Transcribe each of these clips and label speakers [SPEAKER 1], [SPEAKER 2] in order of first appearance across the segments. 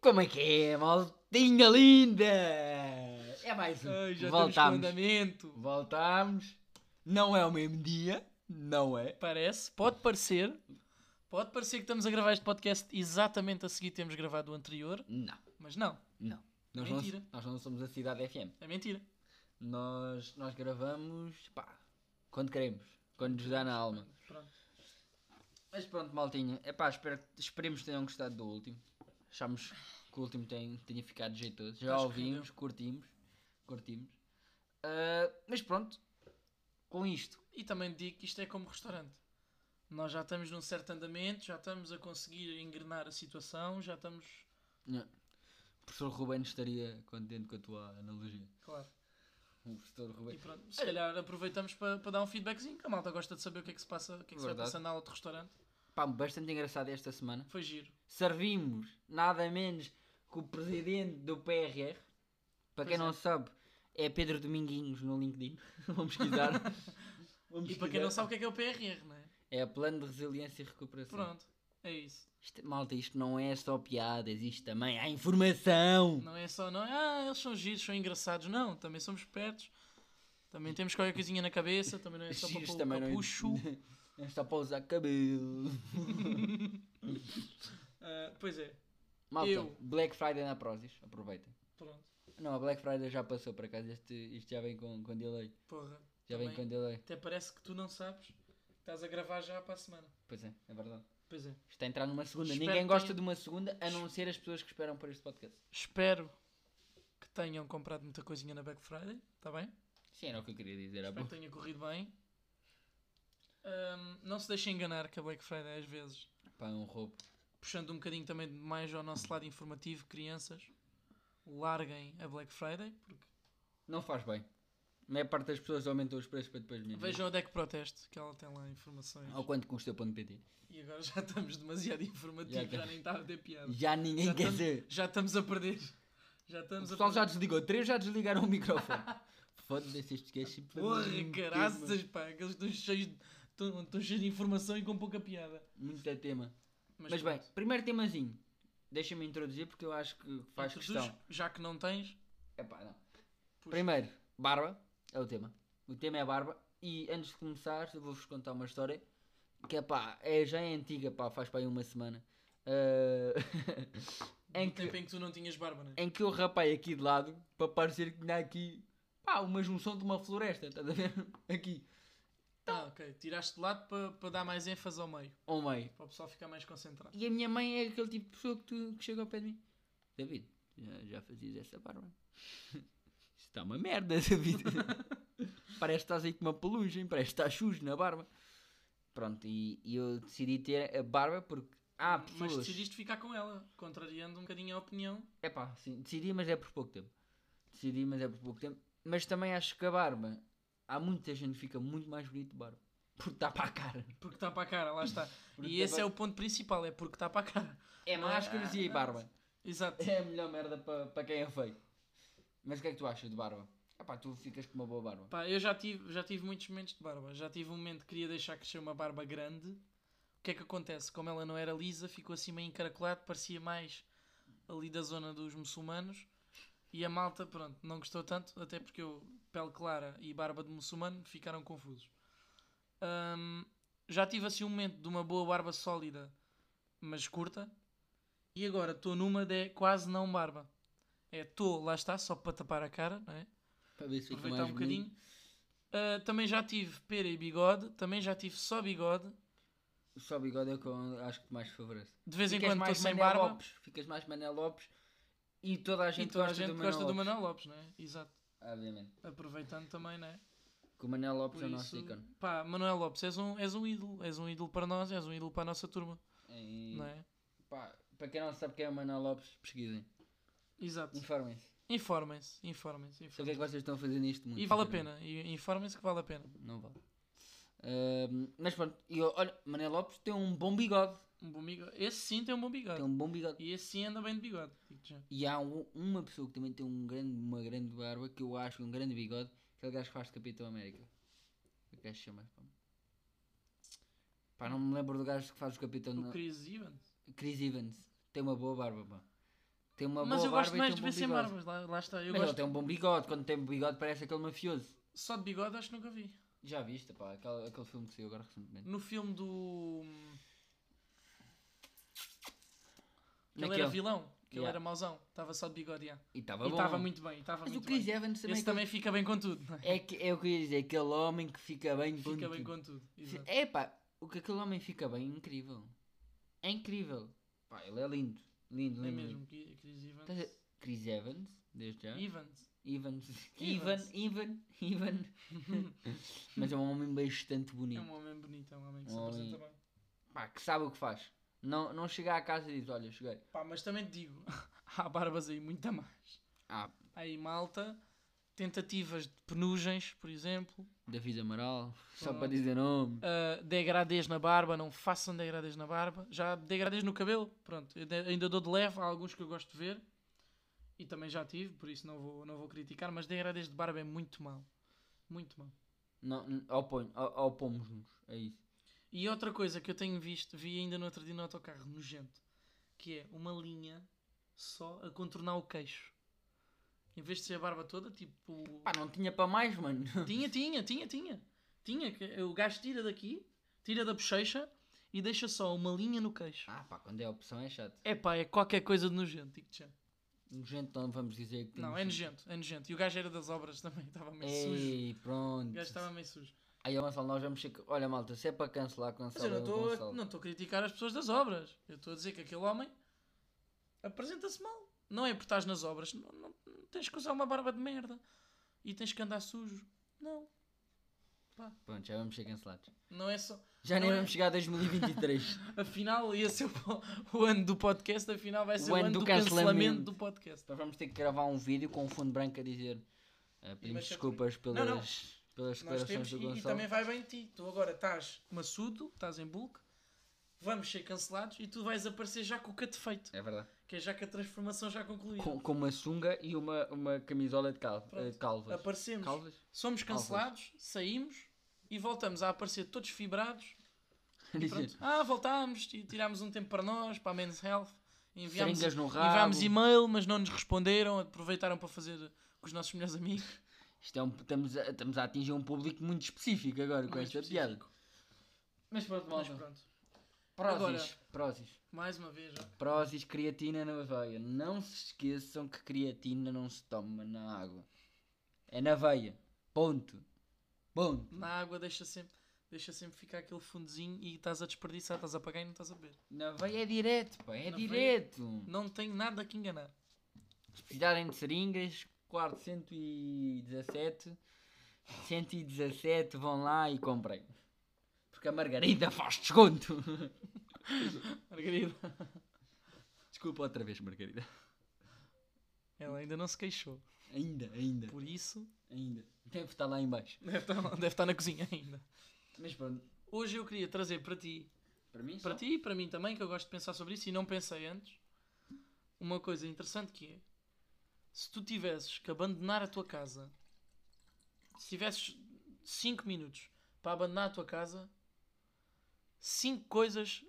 [SPEAKER 1] Como é que é, maltinha linda? É mais um.
[SPEAKER 2] Ai, já
[SPEAKER 1] Voltámos.
[SPEAKER 2] temos comandamento.
[SPEAKER 1] Voltámos. Não é o mesmo dia, não é?
[SPEAKER 2] Parece, pode parecer, pode parecer que estamos a gravar este podcast exatamente a seguir temos gravado o anterior,
[SPEAKER 1] Não,
[SPEAKER 2] mas não,
[SPEAKER 1] não. Nós não,
[SPEAKER 2] Mentira.
[SPEAKER 1] nós não somos a Cidade FM.
[SPEAKER 2] é mentira.
[SPEAKER 1] Nós, nós gravamos, pá, quando queremos, quando nos dá na alma.
[SPEAKER 2] Pronto.
[SPEAKER 1] Mas pronto, maltinha. É pá, espero, esperemos que tenham gostado do último. Achamos que o último tem, tenha ficado jeitoso. Já
[SPEAKER 2] Acho que
[SPEAKER 1] ouvimos, curtimos, curtimos. Ah, mas pronto, com isto.
[SPEAKER 2] E também digo que isto é como restaurante. Nós já estamos num certo andamento, já estamos a conseguir engrenar a situação, já estamos.
[SPEAKER 1] Não. O professor Ruben estaria contente com a tua analogia.
[SPEAKER 2] Claro.
[SPEAKER 1] O professor
[SPEAKER 2] E
[SPEAKER 1] Ruben.
[SPEAKER 2] pronto, se calhar aproveitamos para para dar um feedbackzinho, que a malta gosta de saber o que é que se passa, o que é que se vai
[SPEAKER 1] Verdade.
[SPEAKER 2] passar na aula de restaurante.
[SPEAKER 1] Pá, bastante engraçado esta semana.
[SPEAKER 2] Foi giro.
[SPEAKER 1] servimos nada menos que o presidente do PRR. Para quem
[SPEAKER 2] Pois
[SPEAKER 1] não
[SPEAKER 2] é.
[SPEAKER 1] sabe, é Pedro Dominguinhos no LinkedIn. Vamos pesquisar. Vamos
[SPEAKER 2] E para quem
[SPEAKER 1] pesquisar.
[SPEAKER 2] não sabe o que é que é o PRR, não é?
[SPEAKER 1] É Plano de Resiliência e Recuperação.
[SPEAKER 2] Pronto, é isso.
[SPEAKER 1] Isto- malta, isto não é só piadas, isto também há informação.
[SPEAKER 2] Não é só, não, ah, eles são giros, são engraçados. Não, também somos espertos. Também temos qualquer coisinha na cabeça, também não é só para
[SPEAKER 1] Giros
[SPEAKER 2] pôr o capucho.
[SPEAKER 1] não é só para usar cabelo.
[SPEAKER 2] Ah, pois é,
[SPEAKER 1] Malta,
[SPEAKER 2] Eu.
[SPEAKER 1] Black Friday na Prozis, aproveitem.
[SPEAKER 2] pronto.
[SPEAKER 1] Não, a Black Friday já passou, por acaso, este, isto já vem com, com delay.
[SPEAKER 2] Porra.
[SPEAKER 1] Já
[SPEAKER 2] também,
[SPEAKER 1] vem com delay.
[SPEAKER 2] Até parece que tu não sabes. Estás a gravar já para a semana.
[SPEAKER 1] Pois é, é verdade.
[SPEAKER 2] Pois é.
[SPEAKER 1] Está a entrar numa segunda.
[SPEAKER 2] Espero
[SPEAKER 1] Ninguém
[SPEAKER 2] que
[SPEAKER 1] gosta
[SPEAKER 2] tenha-
[SPEAKER 1] de uma segunda a não ser as pessoas que esperam por este podcast.
[SPEAKER 2] Espero que tenham comprado muita coisinha na Black Friday, está bem?
[SPEAKER 1] Sim, era o que eu queria dizer.
[SPEAKER 2] Espero que tenha corrido bem. Ahm, não se deixem enganar que a Black Friday às vezes,
[SPEAKER 1] Pá, um roubo.
[SPEAKER 2] puxando um bocadinho também mais ao nosso lado informativo, crianças, larguem a Black Friday, porque
[SPEAKER 1] Não faz bem. A maior parte das pessoas aumentou os preços para depois me
[SPEAKER 2] Vejam onde é que proteste, que ela tem lá informações.
[SPEAKER 1] Uhum. Ao quanto custa o ponto PT.
[SPEAKER 2] E agora já estamos demasiado informativos,
[SPEAKER 1] Já
[SPEAKER 2] já, nem está a ter piada.
[SPEAKER 1] Já ninguém
[SPEAKER 2] Já
[SPEAKER 1] quer
[SPEAKER 2] estamos-
[SPEAKER 1] dizer.
[SPEAKER 2] Já estamos a perder. Já
[SPEAKER 1] O
[SPEAKER 2] estamos a
[SPEAKER 1] pessoal
[SPEAKER 2] perder.
[SPEAKER 1] já desligou. Três já desligaram o microfone. Foda-se estes gajos. sempre fazem
[SPEAKER 2] Porra,
[SPEAKER 1] muito tema.
[SPEAKER 2] caraças, pá, aqueles estão cheios, de- estão, estão cheios de informação e com pouca piada.
[SPEAKER 1] Muito é tema. Mas, bem,
[SPEAKER 2] pronto.
[SPEAKER 1] primeiro temazinho. Deixa-me introduzir porque eu acho que faz
[SPEAKER 2] Introduz,
[SPEAKER 1] questão.
[SPEAKER 2] Já que não tens,
[SPEAKER 1] Epá, não.
[SPEAKER 2] Puxa.
[SPEAKER 1] Primeiro, barba é o tema. O tema é barba. E antes de começar, eu vou-vos contar uma história que epá, é já é antiga, pá, faz para aí uma semana. Ah, em,
[SPEAKER 2] no
[SPEAKER 1] que, Então-
[SPEAKER 2] tempo em que tu não tinhas barba, né?
[SPEAKER 1] em que eu rapei aqui de lado para parecer que tinha aqui pá, uma junção de uma floresta, estás a ver? Aqui,
[SPEAKER 2] Ah, ok. Tiraste de lado para dar mais ênfase ao meio,
[SPEAKER 1] ao meio.
[SPEAKER 2] para o pessoal ficar mais concentrado.
[SPEAKER 1] E a minha mãe é aquele tipo de pessoa que, tu, que chega ao pé de mim. David, já, já fazias essa barba? Isto está uma merda, David. parece que estás aí com uma pelugem, parece que estás sujo na barba. Pronto, e, e eu decidi ter a barba porque há
[SPEAKER 2] Mas
[SPEAKER 1] pessoas...
[SPEAKER 2] decidiste ficar com ela, contrariando um bocadinho a opinião.
[SPEAKER 1] Epá, sim, decidi, mas é por pouco tempo. Decidi, mas é por pouco tempo. Mas também acho que a barba... Há muita gente que fica muito mais bonito de barba. Porque está para a cara.
[SPEAKER 2] Porque está para a cara, lá está.
[SPEAKER 1] Porque
[SPEAKER 2] e esse
[SPEAKER 1] tá
[SPEAKER 2] é o ponto principal, é porque está para a cara.
[SPEAKER 1] É
[SPEAKER 2] Não é?
[SPEAKER 1] máscaras e barba.
[SPEAKER 2] Exato.
[SPEAKER 1] É a melhor merda para quem é feio. Mas o que é que tu achas de barba? Ah pá, tu ficas com uma boa barba.
[SPEAKER 2] Pá, eu já tive, já tive muitos momentos de barba. Já tive um momento que queria deixar crescer uma barba grande. O que é que acontece? Como ela não era lisa, ficou assim meio encaracolado, parecia mais ali da zona dos muçulmanos. E a malta, pronto, não gostou tanto, até porque eu, pele clara e barba de muçulmano, ficaram confusos. Ahm, já tive assim um momento de uma boa barba sólida, mas curta. E agora estou numa de quase não barba. É, estou, lá está, só para tapar a cara, não é?
[SPEAKER 1] Para ver se fica
[SPEAKER 2] aproveitar
[SPEAKER 1] mais
[SPEAKER 2] um
[SPEAKER 1] bonito.
[SPEAKER 2] bocadinho. Ah, também já tive pera e bigode, também já tive só bigode.
[SPEAKER 1] Só bigode é o que eu acho que mais favorece.
[SPEAKER 2] De vez em
[SPEAKER 1] Ficas
[SPEAKER 2] quando estou
[SPEAKER 1] mais
[SPEAKER 2] sem
[SPEAKER 1] Manuel
[SPEAKER 2] barba.
[SPEAKER 1] Lopes. Ficas mais Manel Lopes. E toda a
[SPEAKER 2] E
[SPEAKER 1] gente
[SPEAKER 2] toda a
[SPEAKER 1] gosta,
[SPEAKER 2] gente
[SPEAKER 1] do,
[SPEAKER 2] gosta do
[SPEAKER 1] Manel Lopes.
[SPEAKER 2] Manel Lopes, não é? Exato.
[SPEAKER 1] Obviamente.
[SPEAKER 2] Aproveitando também, não é?
[SPEAKER 1] Que o Manel Lopes
[SPEAKER 2] Por
[SPEAKER 1] é o
[SPEAKER 2] isso,
[SPEAKER 1] nosso ícone.
[SPEAKER 2] pá, Manuel Lopes, és um, és um ídolo. És um ídolo para nós, és um ídolo para a nossa turma,
[SPEAKER 1] E,
[SPEAKER 2] não é?
[SPEAKER 1] pá, para quem não sabe quem é o Manel Lopes, pesquisem.
[SPEAKER 2] Exato.
[SPEAKER 1] Informem-se.
[SPEAKER 2] Informem-se,
[SPEAKER 1] Sabe o que é
[SPEAKER 2] informem-se. informem-se.
[SPEAKER 1] que vocês estão a fazer neste mundo?
[SPEAKER 2] E vale a
[SPEAKER 1] sinceramente.
[SPEAKER 2] pena, e informem-se que vale a pena.
[SPEAKER 1] Não vale. Ahm, mas pronto, e olha, Manel Lopes tem um bom bigode.
[SPEAKER 2] Um bom bigode. Esse sim tem um bom bigode.
[SPEAKER 1] Tem um bom bigode.
[SPEAKER 2] E esse sim anda bem de bigode. digo-te já.
[SPEAKER 1] E há um- uma pessoa que também tem um grande, uma grande barba, que eu acho um grande bigode, aquele gajo que faz de Capitão América. O gajo se chama. pá. Pá, não me lembro do gajo que faz o Capitão.
[SPEAKER 2] O
[SPEAKER 1] na-
[SPEAKER 2] Chris Evans.
[SPEAKER 1] Chris Evans. Tem uma boa barba, pá. Tem uma
[SPEAKER 2] Mas
[SPEAKER 1] boa
[SPEAKER 2] eu gosto
[SPEAKER 1] barba e tem
[SPEAKER 2] mais de
[SPEAKER 1] um bom
[SPEAKER 2] ver sem
[SPEAKER 1] bigode.
[SPEAKER 2] barbas, lá, lá está. Eu
[SPEAKER 1] Mas ele
[SPEAKER 2] gosto.
[SPEAKER 1] tem um bom bigode. Quando tem bigode parece aquele mafioso.
[SPEAKER 2] Só de bigode acho que nunca vi.
[SPEAKER 1] Já viste, pá, aquele, aquele filme que saiu agora recentemente.
[SPEAKER 2] No filme do. Que ele
[SPEAKER 1] Naquele.
[SPEAKER 2] era vilão, que ele
[SPEAKER 1] Yeah.
[SPEAKER 2] era mauzão, estava só de bigode, yeah.
[SPEAKER 1] E estava
[SPEAKER 2] e
[SPEAKER 1] bom.
[SPEAKER 2] estava muito bem. e Estava
[SPEAKER 1] Mas o
[SPEAKER 2] muito
[SPEAKER 1] Chris
[SPEAKER 2] bem.
[SPEAKER 1] Evans também,
[SPEAKER 2] Esse também fica bem com tudo, não é?
[SPEAKER 1] é, que, é o que eu ia dizer. Aquele homem que fica bem com
[SPEAKER 2] Fica bem
[SPEAKER 1] tudo.
[SPEAKER 2] com tudo. exato.
[SPEAKER 1] É pá, o que aquele homem fica bem é incrível. É incrível. Pá, ele é lindo. Lindo,
[SPEAKER 2] É
[SPEAKER 1] lindo.
[SPEAKER 2] mesmo,
[SPEAKER 1] lindo.
[SPEAKER 2] Ki- Chris
[SPEAKER 1] Estás a-
[SPEAKER 2] Evans.
[SPEAKER 1] Chris Evans, desde já.
[SPEAKER 2] Evans.
[SPEAKER 1] Evans. Ivan,
[SPEAKER 2] Evans.
[SPEAKER 1] Ivan, Ivan. Mas é um homem bastante
[SPEAKER 2] É
[SPEAKER 1] bonito.
[SPEAKER 2] um homem bonito, é um homem que se
[SPEAKER 1] Um
[SPEAKER 2] apresenta bem.
[SPEAKER 1] Pá, que sabe o que faz. Não, não chega à casa e diz, olha, cheguei.
[SPEAKER 2] Pá, mas também te digo, há barbas aí muito a mais.
[SPEAKER 1] Ah,
[SPEAKER 2] Há Aí malta, tentativas de penugens, por exemplo,
[SPEAKER 1] David Amaral, só
[SPEAKER 2] Pronto.
[SPEAKER 1] para dizer nome.
[SPEAKER 2] ah, degradês na barba, não façam degradês na barba. Já degradês no cabelo, pronto, eu de- ainda dou de leve, há alguns que eu gosto de ver e também já tive, por isso não vou, não vou criticar, mas degradês de barba é muito mal. Muito mal.
[SPEAKER 1] Não, n- opõe, o- opomos-nos, é isso.
[SPEAKER 2] E outra coisa que eu tenho visto, vi ainda no outro dia no autocarro, nojento, que é uma linha só a contornar o queixo. Em vez de ser a barba toda, tipo.
[SPEAKER 1] Pá, não tinha para mais, mano.
[SPEAKER 2] Tinha, tinha, tinha, tinha. Tinha. que- O gajo tira daqui, tira da bochecha e deixa só uma linha no queixo.
[SPEAKER 1] Ah pá, quando é opção é chato.
[SPEAKER 2] É pá, é qualquer coisa de nojento. digo-te já.
[SPEAKER 1] Nojento não vamos dizer que...
[SPEAKER 2] Não, é nojento, é nojento. E o gajo era das obras também, estava meio sujo.
[SPEAKER 1] Ei,
[SPEAKER 2] O
[SPEAKER 1] pronto.
[SPEAKER 2] gajo estava meio sujo.
[SPEAKER 1] Aí, ó, Gonçalo, nós vamos... ser- Olha, malta, se é para cancelar,
[SPEAKER 2] Mas eu
[SPEAKER 1] cancela
[SPEAKER 2] não
[SPEAKER 1] o
[SPEAKER 2] estou a-
[SPEAKER 1] Gonçalo.
[SPEAKER 2] não estou a criticar as pessoas das obras. Eu estou a dizer que aquele homem apresenta-se mal. Não é por estás nas obras. Não, não- não tens que usar uma barba de merda. E tens que andar sujo. Não.
[SPEAKER 1] Pronto, já vamos ser cancelados.
[SPEAKER 2] Não é só.
[SPEAKER 1] Já nem
[SPEAKER 2] Não é-
[SPEAKER 1] vamos chegar a 2023.
[SPEAKER 2] Afinal, ia ser o, po- o ano do podcast. Afinal, vai ser o ano, do, cancelamento.
[SPEAKER 1] cancelamento.
[SPEAKER 2] do podcast.
[SPEAKER 1] Nós vamos ter que gravar um vídeo com um fundo branco a dizer... eh, pedimos
[SPEAKER 2] mas-
[SPEAKER 1] desculpas pelas,
[SPEAKER 2] Não, não.
[SPEAKER 1] pelas
[SPEAKER 2] Nós
[SPEAKER 1] declarações
[SPEAKER 2] temos,
[SPEAKER 1] do
[SPEAKER 2] e, e
[SPEAKER 1] Gonçalo.
[SPEAKER 2] também vai bem ti. Tu agora estás maçudo, estás em bulk. Vamos ser cancelados e tu vais aparecer já com o cut feito.
[SPEAKER 1] É verdade.
[SPEAKER 2] Que é já que a transformação já concluiu.
[SPEAKER 1] Com, com uma sunga e uma, uma camisola de cal,
[SPEAKER 2] Pronto.
[SPEAKER 1] eh, calvas.
[SPEAKER 2] Aparecemos.
[SPEAKER 1] Calvas?
[SPEAKER 2] Somos cancelados, saímos e voltamos a aparecer todos fibrados. E pronto. Ah, voltámos e tirámos um tempo para nós, para a Men's Health. Enviámos,
[SPEAKER 1] Seringas no rabo.
[SPEAKER 2] enviámos e-mail, mas não nos responderam. Aproveitaram para fazer com os nossos melhores amigos.
[SPEAKER 1] Isto é um, estamos, a, estamos a atingir um público muito específico agora com
[SPEAKER 2] Mais
[SPEAKER 1] esta
[SPEAKER 2] específico.
[SPEAKER 1] piada. Mas pronto,
[SPEAKER 2] Mas pronto. Agora-
[SPEAKER 1] Prósis, prósis.
[SPEAKER 2] Mais uma vez. ó.
[SPEAKER 1] Prósis, creatina na veia. Não se esqueçam que creatina não se toma na água. É na veia. Ponto. Ponto.
[SPEAKER 2] Na água deixa sempre, deixa sempre ficar aquele fundozinho e estás a desperdiçar, estás a pagar e não estás a beber.
[SPEAKER 1] Na veia é direto, pá. É
[SPEAKER 2] Na veia.
[SPEAKER 1] direto.
[SPEAKER 2] Não tem nada que enganar.
[SPEAKER 1] Se precisarem de seringas, 417. 117 vão lá e comprem. Porque a margarida faz desconto.
[SPEAKER 2] Margarida.
[SPEAKER 1] Desculpa outra vez, margarida.
[SPEAKER 2] Ela ainda não se queixou.
[SPEAKER 1] Ainda, ainda.
[SPEAKER 2] Por isso,
[SPEAKER 1] Ainda. Deve estar lá em baixo.
[SPEAKER 2] deve estar, deve estar na cozinha ainda.
[SPEAKER 1] Mas pronto.
[SPEAKER 2] Hoje eu queria trazer para ti
[SPEAKER 1] Para mim,
[SPEAKER 2] Para
[SPEAKER 1] só.
[SPEAKER 2] ti e para mim também, que eu gosto de pensar sobre isso e não pensei antes, uma coisa interessante que é se tu tivesses que abandonar a tua casa, se tivesses 5 minutos para abandonar a tua casa, 5 coisas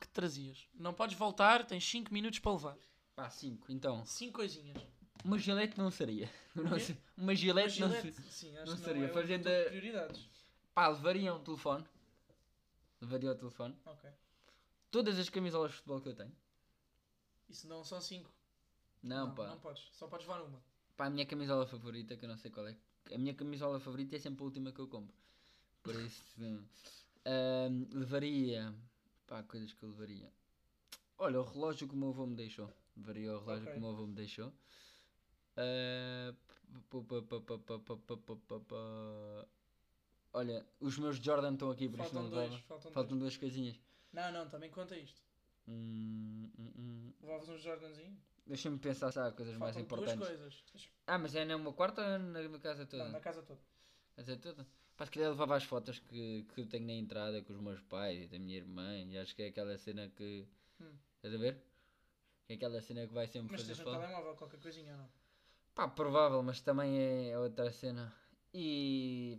[SPEAKER 2] que trazias. Não podes voltar, tens 5 minutos para levar.
[SPEAKER 1] Pá, 5. Então,
[SPEAKER 2] 5 coisinhas.
[SPEAKER 1] uma gilete não seria. Não
[SPEAKER 2] quê?
[SPEAKER 1] sei. Uma gilete não
[SPEAKER 2] Gillette,
[SPEAKER 1] seria.
[SPEAKER 2] sim,
[SPEAKER 1] não
[SPEAKER 2] acho que não
[SPEAKER 1] seria.
[SPEAKER 2] é o
[SPEAKER 1] Fazendo
[SPEAKER 2] topo de
[SPEAKER 1] a-
[SPEAKER 2] prioridades.
[SPEAKER 1] Pá, levaria um telefone. Levaria o telefone.
[SPEAKER 2] Ok.
[SPEAKER 1] Todas as camisolas de futebol que eu tenho.
[SPEAKER 2] Isso não são 5.
[SPEAKER 1] Não, pá.
[SPEAKER 2] não podes. Só podes levar uma.
[SPEAKER 1] Pá, a minha camisola favorita, que eu não sei qual é. A minha camisola favorita é sempre a última que eu compro. Por isso. ahm, levaria. Pá, coisas que eu levaria. Olha, o relógio que o meu avô me deixou. Levaria o relógio
[SPEAKER 2] Ok.
[SPEAKER 1] que o meu avô me deixou. Ah, pu- pu- pu- pu- pu- pu- pu- pu- pu- pu- Olha, os meus Jordan estão aqui, por isso não
[SPEAKER 2] Faltam dois.
[SPEAKER 1] levava.
[SPEAKER 2] Faltam dois.
[SPEAKER 1] Faltam duas coisinhas.
[SPEAKER 2] Não, não, também conta isto.
[SPEAKER 1] Hum, hum, hum.
[SPEAKER 2] Levavas um Jordanzinho?
[SPEAKER 1] Deixa-me pensar se há coisas mais
[SPEAKER 2] Faltam
[SPEAKER 1] importantes.
[SPEAKER 2] duas coisas. Deixa-
[SPEAKER 1] Ah, mas é no meu quarto ou na na casa toda?
[SPEAKER 2] Não, na casa toda.
[SPEAKER 1] Mas é tudo. Pá, se calhar levava as fotos que, que eu tenho na entrada com os meus pais e da minha irmã. E acho que é aquela cena que.
[SPEAKER 2] Hum.
[SPEAKER 1] Estás a ver? É aquela cena que vai sempre
[SPEAKER 2] Mas
[SPEAKER 1] fazer
[SPEAKER 2] tens um
[SPEAKER 1] foto.
[SPEAKER 2] telemóvel, qualquer coisinha ou não?
[SPEAKER 1] Pá, provável, mas também é- é outra cena. E.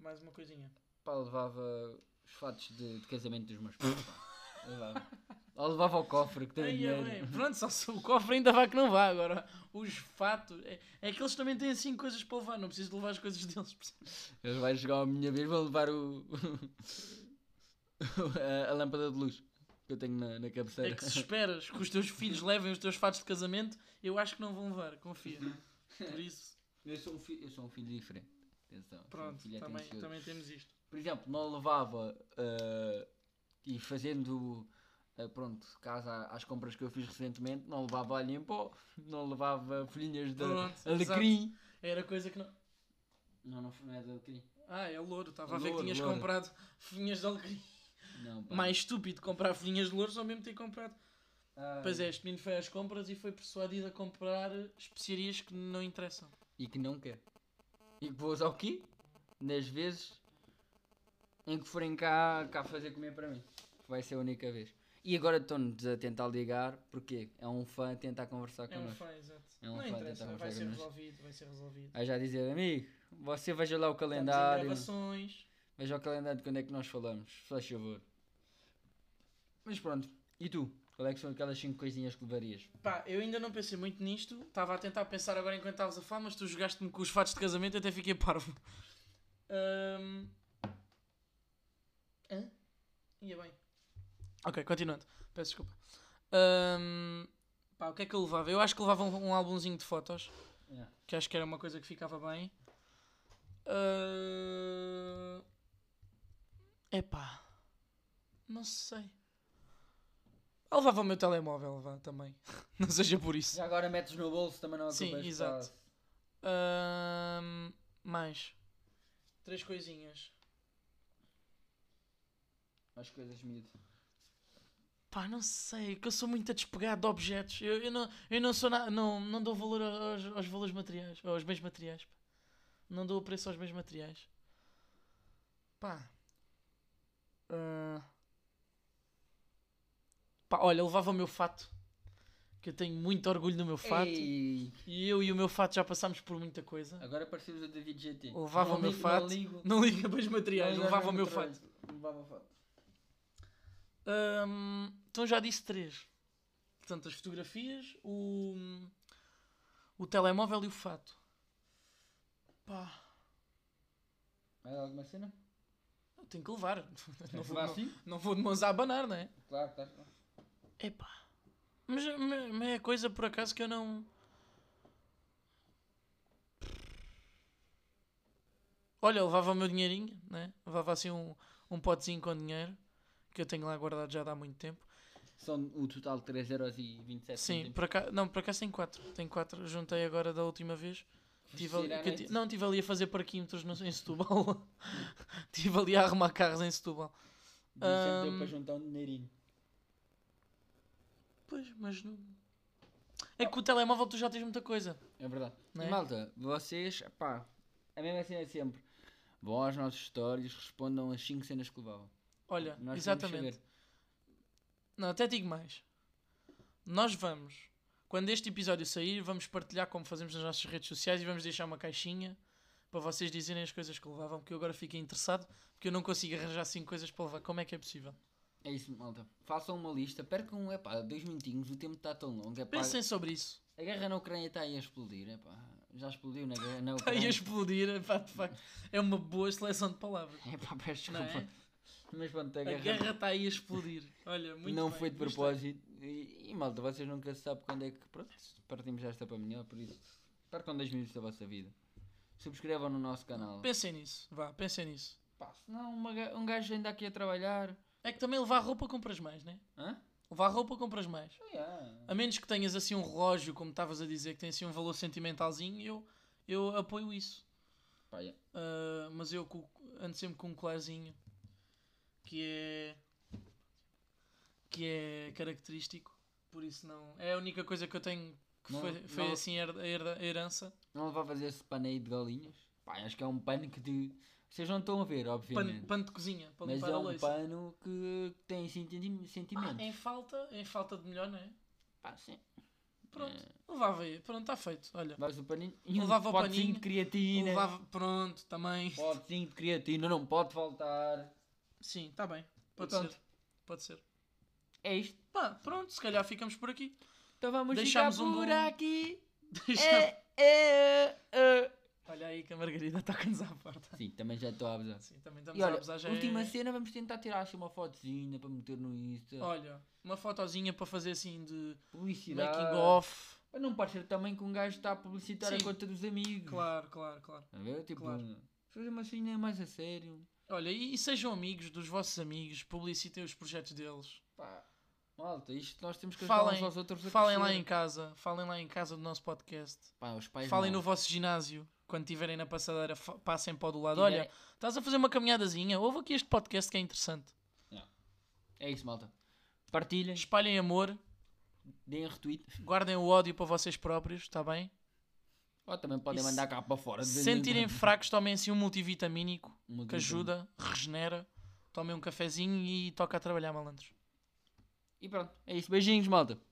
[SPEAKER 2] Mais uma coisinha.
[SPEAKER 1] Pá, levava os fatos de, de casamento dos meus pais. pá. Levava. Ou levava ao cofre que tem
[SPEAKER 2] Ai, é
[SPEAKER 1] dinheiro.
[SPEAKER 2] bem. Pronto, só se o cofre ainda vá que não vá. Agora, os fatos. É, é que eles também têm assim coisas para levar, não preciso de levar as coisas deles. percebes?
[SPEAKER 1] Eles vai jogar a minha vez, vão levar o. a, a lâmpada de luz que eu tenho na, na cabeceira.
[SPEAKER 2] É que se esperas que os teus filhos levem os teus fatos de casamento, eu acho que não vão levar, confia. Por isso,
[SPEAKER 1] eu, sou um fi- eu sou um filho diferente. Atenção. sou um
[SPEAKER 2] pronto,
[SPEAKER 1] filho
[SPEAKER 2] também,
[SPEAKER 1] atencioso.
[SPEAKER 2] também temos isto.
[SPEAKER 1] Por exemplo, não levava ah, e fazendo. ah, pronto, caso à- às compras que eu fiz recentemente, não levava alho em pó, não levava folhinhas de
[SPEAKER 2] Pronto,
[SPEAKER 1] alecrim.
[SPEAKER 2] Era coisa que não.
[SPEAKER 1] Não, não, não é de alecrim.
[SPEAKER 2] Ah, é louro, estava
[SPEAKER 1] É
[SPEAKER 2] a ver que
[SPEAKER 1] louro,
[SPEAKER 2] tinhas
[SPEAKER 1] louro.
[SPEAKER 2] comprado folhinhas de alecrim.
[SPEAKER 1] Não, pá.
[SPEAKER 2] Mais estúpido comprar folhinhas de louro, só mesmo ter comprado.
[SPEAKER 1] Ah,
[SPEAKER 2] Pois é, este menino foi às compras e foi persuadido a comprar especiarias que não interessam.
[SPEAKER 1] E que não quer. E que vou usar o quê? Nas vezes em que forem cá, cá fazer comer para mim. Vai ser a única vez. E agora estão-nos a tentar ligar, porque é um fã a tentar conversar
[SPEAKER 2] É um
[SPEAKER 1] connosco.
[SPEAKER 2] fã, exato.
[SPEAKER 1] É um
[SPEAKER 2] não
[SPEAKER 1] fã,
[SPEAKER 2] interessa,
[SPEAKER 1] tentava
[SPEAKER 2] vai
[SPEAKER 1] jogar
[SPEAKER 2] ser
[SPEAKER 1] nós.
[SPEAKER 2] resolvido, vai ser resolvido.
[SPEAKER 1] Aí já dizer, amigo, você veja lá o
[SPEAKER 2] Estamos em
[SPEAKER 1] calendário.
[SPEAKER 2] gravações.
[SPEAKER 1] Veja o calendário de quando é que nós falamos, se faz favor. Mas pronto, e tu? Qual é que são aquelas 5 coisinhas que levarias?
[SPEAKER 2] Pá, eu ainda não pensei muito nisto. Estava a tentar pensar agora enquanto estavas a falar, mas tu jogaste-me com os fatos de casamento e até fiquei parvo. Ahm. Hã? Ia bem. Ok, continuando. Peço desculpa. Ahm, Pá, o que é que eu levava? Eu acho que levava um, um álbumzinho de fotos,
[SPEAKER 1] Yeah.
[SPEAKER 2] que acho que era uma coisa que ficava bem. Ah, Epá. Não sei. Ah, levava o meu telemóvel, vá, também. Não seja por isso.
[SPEAKER 1] Já agora metes no bolso, também não é
[SPEAKER 2] Sim,
[SPEAKER 1] ocupas
[SPEAKER 2] exato.
[SPEAKER 1] espaço.
[SPEAKER 2] Ahm, Ah, mais. Três coisinhas.
[SPEAKER 1] As coisas miúdas.
[SPEAKER 2] Pá, não sei, que eu sou muito a despegar de objetos. Eu, eu, não, eu não sou nada. Não, não dou valor aos, aos valores materiais, aos bens materiais. pá. Não dou preço aos bens materiais. Pá. Ah. Pá, olha, levava o meu fato. Que eu tenho muito orgulho do meu fato.
[SPEAKER 1] Ei.
[SPEAKER 2] E eu e o meu fato já passámos por muita coisa.
[SPEAKER 1] Agora parecemos o David GT.
[SPEAKER 2] Levava
[SPEAKER 1] Não
[SPEAKER 2] o meu
[SPEAKER 1] ligo,
[SPEAKER 2] fato.
[SPEAKER 1] Não ligo.
[SPEAKER 2] Não liga bens materiais,
[SPEAKER 1] Não
[SPEAKER 2] levava
[SPEAKER 1] ligo
[SPEAKER 2] o meu
[SPEAKER 1] no
[SPEAKER 2] fato.
[SPEAKER 1] trânsito. Levava o Um fato.
[SPEAKER 2] Hum, então já disse três. Portanto, as fotografias, o, o telemóvel e o fato. Pá,
[SPEAKER 1] Mais alguma cena?
[SPEAKER 2] eu tenho que levar. Não vou,
[SPEAKER 1] Vá
[SPEAKER 2] não,
[SPEAKER 1] assim?
[SPEAKER 2] não vou de mãos a abanar, não é?
[SPEAKER 1] Claro, claro. claro.
[SPEAKER 2] Epá. Mas, mas, mas é coisa por acaso que eu não. Olha, eu levava o meu dinheirinho, né? Levava assim um, um potezinho com dinheiro que eu tenho lá guardado já de há muito tempo.
[SPEAKER 1] São o total de 3,27€.
[SPEAKER 2] Sim, por acaso, não, por acaso tem 4. Tem 4, juntei agora da última vez. Tive ali,
[SPEAKER 1] tirar
[SPEAKER 2] que eu
[SPEAKER 1] à
[SPEAKER 2] ti-
[SPEAKER 1] noite?
[SPEAKER 2] não, estive ali a fazer parquímetros no, em Setúbal. estive ali a arrumar carros em Setúbal.
[SPEAKER 1] Sempre deu
[SPEAKER 2] Ahm.
[SPEAKER 1] para juntar um dinheirinho.
[SPEAKER 2] Pois, mas não. É que com o telemóvel tu já tens muita coisa.
[SPEAKER 1] É verdade.
[SPEAKER 2] Não
[SPEAKER 1] E,
[SPEAKER 2] é?
[SPEAKER 1] malta, vocês, pá, a mesma cena de sempre. Vão aos nossos stories, respondam as 5 cenas que levavam.
[SPEAKER 2] Olha,
[SPEAKER 1] Nós queremos
[SPEAKER 2] exatamente.
[SPEAKER 1] saber.
[SPEAKER 2] Não, até digo mais. Nós vamos, quando este episódio sair, vamos partilhar como fazemos nas nossas redes sociais e vamos deixar uma caixinha para vocês dizerem as coisas que levavam, que eu agora fiquei interessado, porque eu não consigo arranjar 5 coisas para levar. Como é que é possível?
[SPEAKER 1] É isso, malta. Façam uma lista, percam, é pá, 2 minutinhos, o tempo está tão longo. É pá,
[SPEAKER 2] Pensem sobre isso.
[SPEAKER 1] a guerra na Ucrânia está aí a explodir, é pá. Já explodiu na guerra na
[SPEAKER 2] Está Tá aí
[SPEAKER 1] Ucrânia.
[SPEAKER 2] a explodir, pá, de facto. É uma boa seleção de palavras.
[SPEAKER 1] É pá, peço
[SPEAKER 2] Não é?
[SPEAKER 1] desculpa. Mas pronto, a
[SPEAKER 2] A
[SPEAKER 1] guerra,
[SPEAKER 2] guerra está aí a explodir. Olha, muito
[SPEAKER 1] não
[SPEAKER 2] bem,
[SPEAKER 1] foi de
[SPEAKER 2] gostei.
[SPEAKER 1] propósito. E, e, malta, vocês nunca se sabem quando é que pronto, partimos esta para melhor, por isso percam 10 minutos da vossa vida. Subscrevam no nosso canal.
[SPEAKER 2] Pensem nisso, vá, pensem nisso.
[SPEAKER 1] Pá, senão uma ga- um gajo ainda aqui a trabalhar.
[SPEAKER 2] É que também levar roupa compras mais, né?
[SPEAKER 1] Hã?
[SPEAKER 2] Levar roupa compras mais.
[SPEAKER 1] Ah, yeah.
[SPEAKER 2] A menos que tenhas assim um relógio, como estavas a dizer, que tem assim um valor sentimentalzinho, eu, eu apoio isso.
[SPEAKER 1] Pá, yeah.
[SPEAKER 2] Ah, mas eu co- ando sempre com um colarzinho que é que é característico, por isso não. É a única coisa que eu tenho que
[SPEAKER 1] Não-
[SPEAKER 2] foi, foi
[SPEAKER 1] não-
[SPEAKER 2] assim herda, herda- herança.
[SPEAKER 1] Não levavas esse pano aí de galinhas? Pá, acho que é um pano que te... Vocês não estão a ver,
[SPEAKER 2] Pano,
[SPEAKER 1] obviamente.
[SPEAKER 2] pano de cozinha para
[SPEAKER 1] mas
[SPEAKER 2] limpar
[SPEAKER 1] é
[SPEAKER 2] a
[SPEAKER 1] um
[SPEAKER 2] louça.
[SPEAKER 1] pano que tem senti-
[SPEAKER 2] Ah,
[SPEAKER 1] sentimentos.
[SPEAKER 2] em falta, em falta de melhor, não é?
[SPEAKER 1] Pá, sim.
[SPEAKER 2] Pronto,
[SPEAKER 1] É.
[SPEAKER 2] levava aí, pronto, está feito. Olha,
[SPEAKER 1] Levavas o paninho e um
[SPEAKER 2] Levava o
[SPEAKER 1] potezinho
[SPEAKER 2] paninho,
[SPEAKER 1] de creatina.
[SPEAKER 2] levava, pronto, também.
[SPEAKER 1] Potezinho de creatina, não pode faltar.
[SPEAKER 2] Sim, está bem, pode
[SPEAKER 1] pronto.
[SPEAKER 2] ser, pode ser.
[SPEAKER 1] É isto.
[SPEAKER 2] Pá, pronto, se calhar ficamos por aqui.
[SPEAKER 1] Então vamos
[SPEAKER 2] Deixámos
[SPEAKER 1] ficar
[SPEAKER 2] um
[SPEAKER 1] por
[SPEAKER 2] bom-
[SPEAKER 1] aqui.
[SPEAKER 2] Deixa-
[SPEAKER 1] É, é, é.
[SPEAKER 2] Olha aí que a Margarida está a nos à porta.
[SPEAKER 1] Sim, também já estou a abusar.
[SPEAKER 2] Sim, também estamos
[SPEAKER 1] E
[SPEAKER 2] a
[SPEAKER 1] olha,
[SPEAKER 2] abusar já. é-
[SPEAKER 1] última cena, vamos tentar tirar assim uma fotozinha para meter no Insta.
[SPEAKER 2] Olha, uma fotozinha para fazer assim de
[SPEAKER 1] Publicidade.
[SPEAKER 2] making off.
[SPEAKER 1] Para não parecer também que um gajo está a publicitar a
[SPEAKER 2] Sim.
[SPEAKER 1] conta dos amigos.
[SPEAKER 2] Claro, claro, claro.
[SPEAKER 1] A ver, tipo,
[SPEAKER 2] Claro.
[SPEAKER 1] fazer uma cena mais a sério.
[SPEAKER 2] Olha, e, e sejam amigos dos vossos amigos, publicitem os projetos deles.
[SPEAKER 1] Pá, malta, isto nós temos que ajudar
[SPEAKER 2] Falem,
[SPEAKER 1] uns aos outros a
[SPEAKER 2] falem lá
[SPEAKER 1] crescer.
[SPEAKER 2] em casa, falem lá em casa do nosso podcast.
[SPEAKER 1] Pá, os pais
[SPEAKER 2] falem
[SPEAKER 1] não.
[SPEAKER 2] no vosso ginásio. Quando estiverem na passadeira, fa- passem para o do lado.
[SPEAKER 1] Tiverem-
[SPEAKER 2] Olha, estás a fazer uma caminhadazinha, ouve aqui este podcast que é interessante.
[SPEAKER 1] É isso, malta. Partilhem,
[SPEAKER 2] Espalhem amor,
[SPEAKER 1] deem retweet.
[SPEAKER 2] guardem o ódio para vocês próprios, está bem?
[SPEAKER 1] Ou também podem
[SPEAKER 2] E se-
[SPEAKER 1] mandar cá para fora.
[SPEAKER 2] Se sentirem fracos, tomem assim um multivitamínico que
[SPEAKER 1] Multivitamínico.
[SPEAKER 2] ajuda, regenera. Tomem um cafezinho e toca a trabalhar, malandros.
[SPEAKER 1] E pronto, é isso. Beijinhos, malta.